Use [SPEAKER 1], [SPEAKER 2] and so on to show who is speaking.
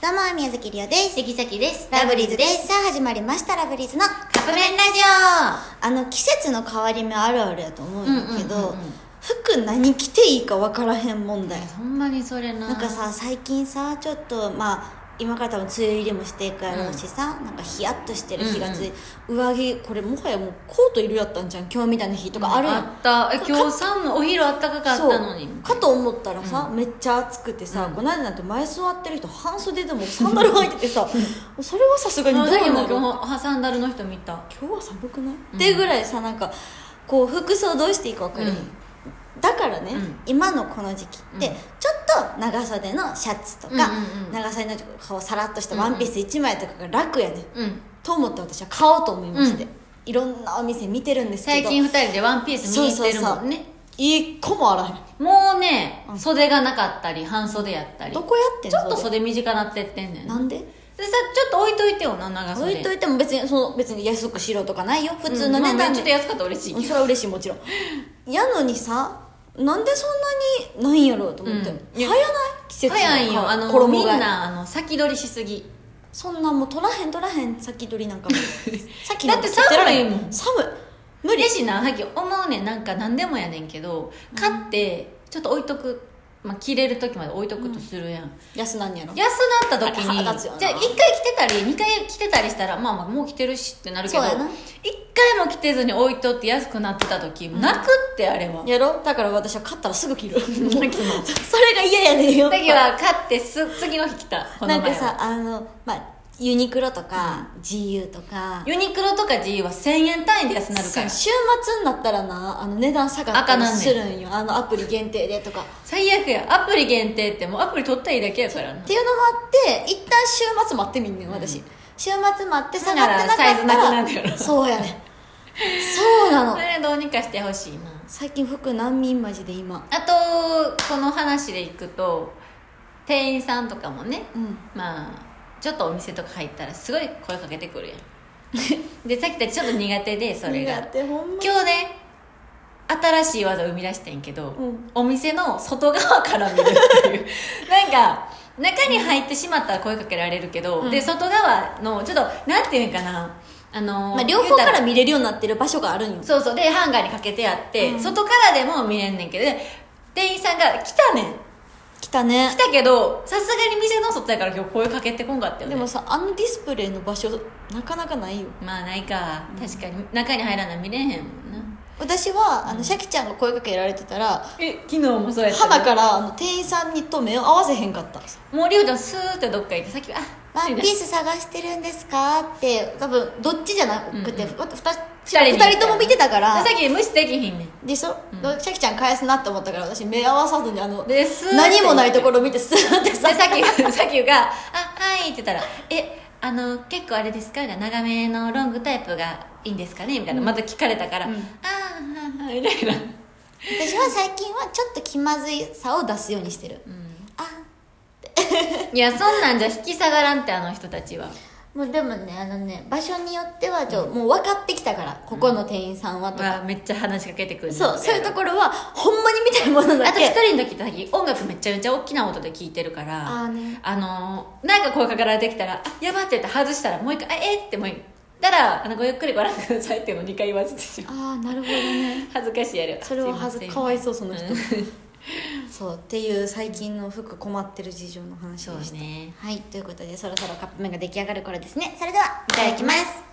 [SPEAKER 1] どうも、宮崎りおです。
[SPEAKER 2] 関崎です
[SPEAKER 1] ラブリーズです。さあ、始まりました、ラブリーズの。
[SPEAKER 2] カップ麺ラジ
[SPEAKER 1] あの、季節の変わり目あるあるやと思うんだけ
[SPEAKER 2] うんうん
[SPEAKER 1] ど
[SPEAKER 2] うんうん、
[SPEAKER 1] 服何着ていいか分からへん問題
[SPEAKER 2] オ。ほんまにそれな
[SPEAKER 1] なんかさ、最近さ、ちょっと、まあ、今から多分梅雨入りもしていくやろうしさ、なんかヒヤッとしてる日がつい、上着、これもはやもうコートいるやったんじゃん、今日みたいな日とかあるやん。
[SPEAKER 2] あったえ今日さんもお昼あったかかったのに
[SPEAKER 1] そうかと思ったらさ、めっちゃ暑くてさ、この間なんて前座ってる人半袖でもサンダル履いててさそれはさすがにどう
[SPEAKER 2] あだけど
[SPEAKER 1] な
[SPEAKER 2] 今
[SPEAKER 1] の
[SPEAKER 2] 日はサンダルの人見た
[SPEAKER 1] 今日は寒くない、っていうぐらいさなんかこう服装どうしていいか分からへん、だからね、
[SPEAKER 2] うん
[SPEAKER 1] 今のこの時期って、
[SPEAKER 2] うん
[SPEAKER 1] ちょっと長袖のシャツとか、
[SPEAKER 2] うんうんうん
[SPEAKER 1] 長袖のこうさらっとしたワンピース1枚とかが楽やね、
[SPEAKER 2] うん
[SPEAKER 1] と思って私は買おうと思いまして、
[SPEAKER 2] うん
[SPEAKER 1] いろんなお店見てるんですけ
[SPEAKER 2] 最
[SPEAKER 1] ど
[SPEAKER 2] 近二人でワンピース見に行ってるもんね
[SPEAKER 1] いい子もあらへん
[SPEAKER 2] もうね袖がなかったり半袖やったりち
[SPEAKER 1] ど
[SPEAKER 2] ょ
[SPEAKER 1] こやってんの
[SPEAKER 2] っと袖短なってってんねん
[SPEAKER 1] な
[SPEAKER 2] なん
[SPEAKER 1] で
[SPEAKER 2] でさちょっと置いといてよな長袖
[SPEAKER 1] 置いといても別にその別に安くしろとかないよ普通の
[SPEAKER 2] うんま
[SPEAKER 1] 値
[SPEAKER 2] あ
[SPEAKER 1] 段
[SPEAKER 2] ちょっと
[SPEAKER 1] で、
[SPEAKER 2] 安かったら嬉しいけど
[SPEAKER 1] それは嬉しいもちろんやのにさなんでそんなにないんやろうと思って、
[SPEAKER 2] うん
[SPEAKER 1] 早ない季節の
[SPEAKER 2] 早いんよあの
[SPEAKER 1] 衣
[SPEAKER 2] みん
[SPEAKER 1] 替え
[SPEAKER 2] なあの先取りしすぎ
[SPEAKER 1] そんなもう取らへん取らへん先取りなんか も先
[SPEAKER 2] だって寒いもん
[SPEAKER 1] 寒い無理
[SPEAKER 2] やしなさっき思うねんなんか何でもやねんけど買ってちょっと置いとく、まあ、着れる時まで置いとくとするやん、
[SPEAKER 1] 安なんやろ
[SPEAKER 2] 安なった時に
[SPEAKER 1] あ
[SPEAKER 2] じ
[SPEAKER 1] れ
[SPEAKER 2] ゃ
[SPEAKER 1] 腹
[SPEAKER 2] あ
[SPEAKER 1] 立つ
[SPEAKER 2] 1
[SPEAKER 1] よな
[SPEAKER 2] 回着てたり2回着てたりしたらまあまあもう着てるしってなるけど1
[SPEAKER 1] そうや
[SPEAKER 2] 回
[SPEAKER 1] な
[SPEAKER 2] も着てずに置いとって安くなってた時、泣くってあれは
[SPEAKER 1] やろだから私は買ったらすぐ 着る それが嫌やねんよ
[SPEAKER 2] 時は買ってす次の日着たこの
[SPEAKER 1] な
[SPEAKER 2] 前
[SPEAKER 1] ん
[SPEAKER 2] は
[SPEAKER 1] かさあのまあユニクロとか、GU とか
[SPEAKER 2] ユニクロとか GU は1000円単位で安なるから
[SPEAKER 1] 週末になったらなあの値段下がった
[SPEAKER 2] 赤
[SPEAKER 1] り
[SPEAKER 2] なんねん
[SPEAKER 1] するんよあのアプリ限定でとかっ
[SPEAKER 2] 最悪やアプリ限定ってもうアプリ取ったらいいだけやからな
[SPEAKER 1] ていうのもあって一旦週末待ってみんねん私、週末待って下がってなかった
[SPEAKER 2] だからサイズなくなるやろ
[SPEAKER 1] そうやねんそうな
[SPEAKER 2] そ
[SPEAKER 1] の
[SPEAKER 2] れどうにかしてほしいな
[SPEAKER 1] 最近服難民マジで今
[SPEAKER 2] あとこの話でいくと店員さんとかもね
[SPEAKER 1] うん
[SPEAKER 2] まあちょっとお店とか入ったらすごい声かけてくるやん でさっきたちちょっと苦手でそれ
[SPEAKER 1] 苦
[SPEAKER 2] が
[SPEAKER 1] 手ほんま
[SPEAKER 2] 今日ね新しい技を生み出してんけど、
[SPEAKER 1] ん
[SPEAKER 2] お店の外側から見るっていう なんか中に入ってしまったら声かけられるけど、
[SPEAKER 1] うん
[SPEAKER 2] で外側のちょっとなんていうんかなあのー
[SPEAKER 1] まあ、両方
[SPEAKER 2] 言う
[SPEAKER 1] か
[SPEAKER 2] た
[SPEAKER 1] ら見れるようになってる場所があるんよ
[SPEAKER 2] そうそうでハンガーにかけてあって、
[SPEAKER 1] うん
[SPEAKER 2] 外からでも見えんねんけどで店員さんが「来たねん」
[SPEAKER 1] 来たね
[SPEAKER 2] 来たけどさすがに店の外やから今日声かけてこんかったよね
[SPEAKER 1] でもさあのディスプレイの場所なかなかないよ
[SPEAKER 2] まあないか確かに中に入らな見れへんもんな
[SPEAKER 1] 私はあのシャキちゃんが声かけられてたら
[SPEAKER 2] え昨日もそうやった
[SPEAKER 1] 花からあの店員さんにと目を合わせへんかった
[SPEAKER 2] もうりおちゃんスーッてどっか行ってさっきあ
[SPEAKER 1] ワンピース探してるんですかって多分どっちじゃなくて、
[SPEAKER 2] うんうん
[SPEAKER 1] ふふた
[SPEAKER 2] 人に
[SPEAKER 1] 二人とも見てたから
[SPEAKER 2] でさっき無視できひんねん
[SPEAKER 1] でそ、
[SPEAKER 2] う
[SPEAKER 1] シャキちゃん返すなって思ったから私目合わさずにあの
[SPEAKER 2] でスーッて
[SPEAKER 1] 何もないところ見てスーって
[SPEAKER 2] で
[SPEAKER 1] さ
[SPEAKER 2] さっ きさっきが「あはい」って言ったら「えあの結構あれですか?」みたいな長めのロングタイプがいいんですかね?」みたいなまた聞かれたから「
[SPEAKER 1] うん
[SPEAKER 2] ああはいはい」みたいな、
[SPEAKER 1] 私は最近はちょっと気まずいさを出すようにしてるあ
[SPEAKER 2] いやそんなんじゃ引き下がらんってあの人たちは
[SPEAKER 1] もうでもねあのね場所によってはちょ、もう分かってきたからここの店員さんはとか、
[SPEAKER 2] はめっちゃ話しかけてくる
[SPEAKER 1] そうそういうところはほんまに見たいものだ
[SPEAKER 2] あと
[SPEAKER 1] け
[SPEAKER 2] 一人の時ってさっき音楽めちゃめちゃ大きな音で聴いてるから
[SPEAKER 1] あーね
[SPEAKER 2] あのーなんか声かけられてきたら「あやば」って言って外したらもう一回「あえっ?」てもういたらあの「ごゆっくりご覧ください」っていうのを2回言わせてしまう
[SPEAKER 1] ああなるほどね
[SPEAKER 2] 恥ずかしいやる
[SPEAKER 1] それははずかわ
[SPEAKER 2] い
[SPEAKER 1] いそうその人、そうっていう最近の服困ってる事情の話
[SPEAKER 2] そう
[SPEAKER 1] でした、
[SPEAKER 2] ね
[SPEAKER 1] はいということでそろそろカップ麺が出来上がる頃ですねそれではいただきます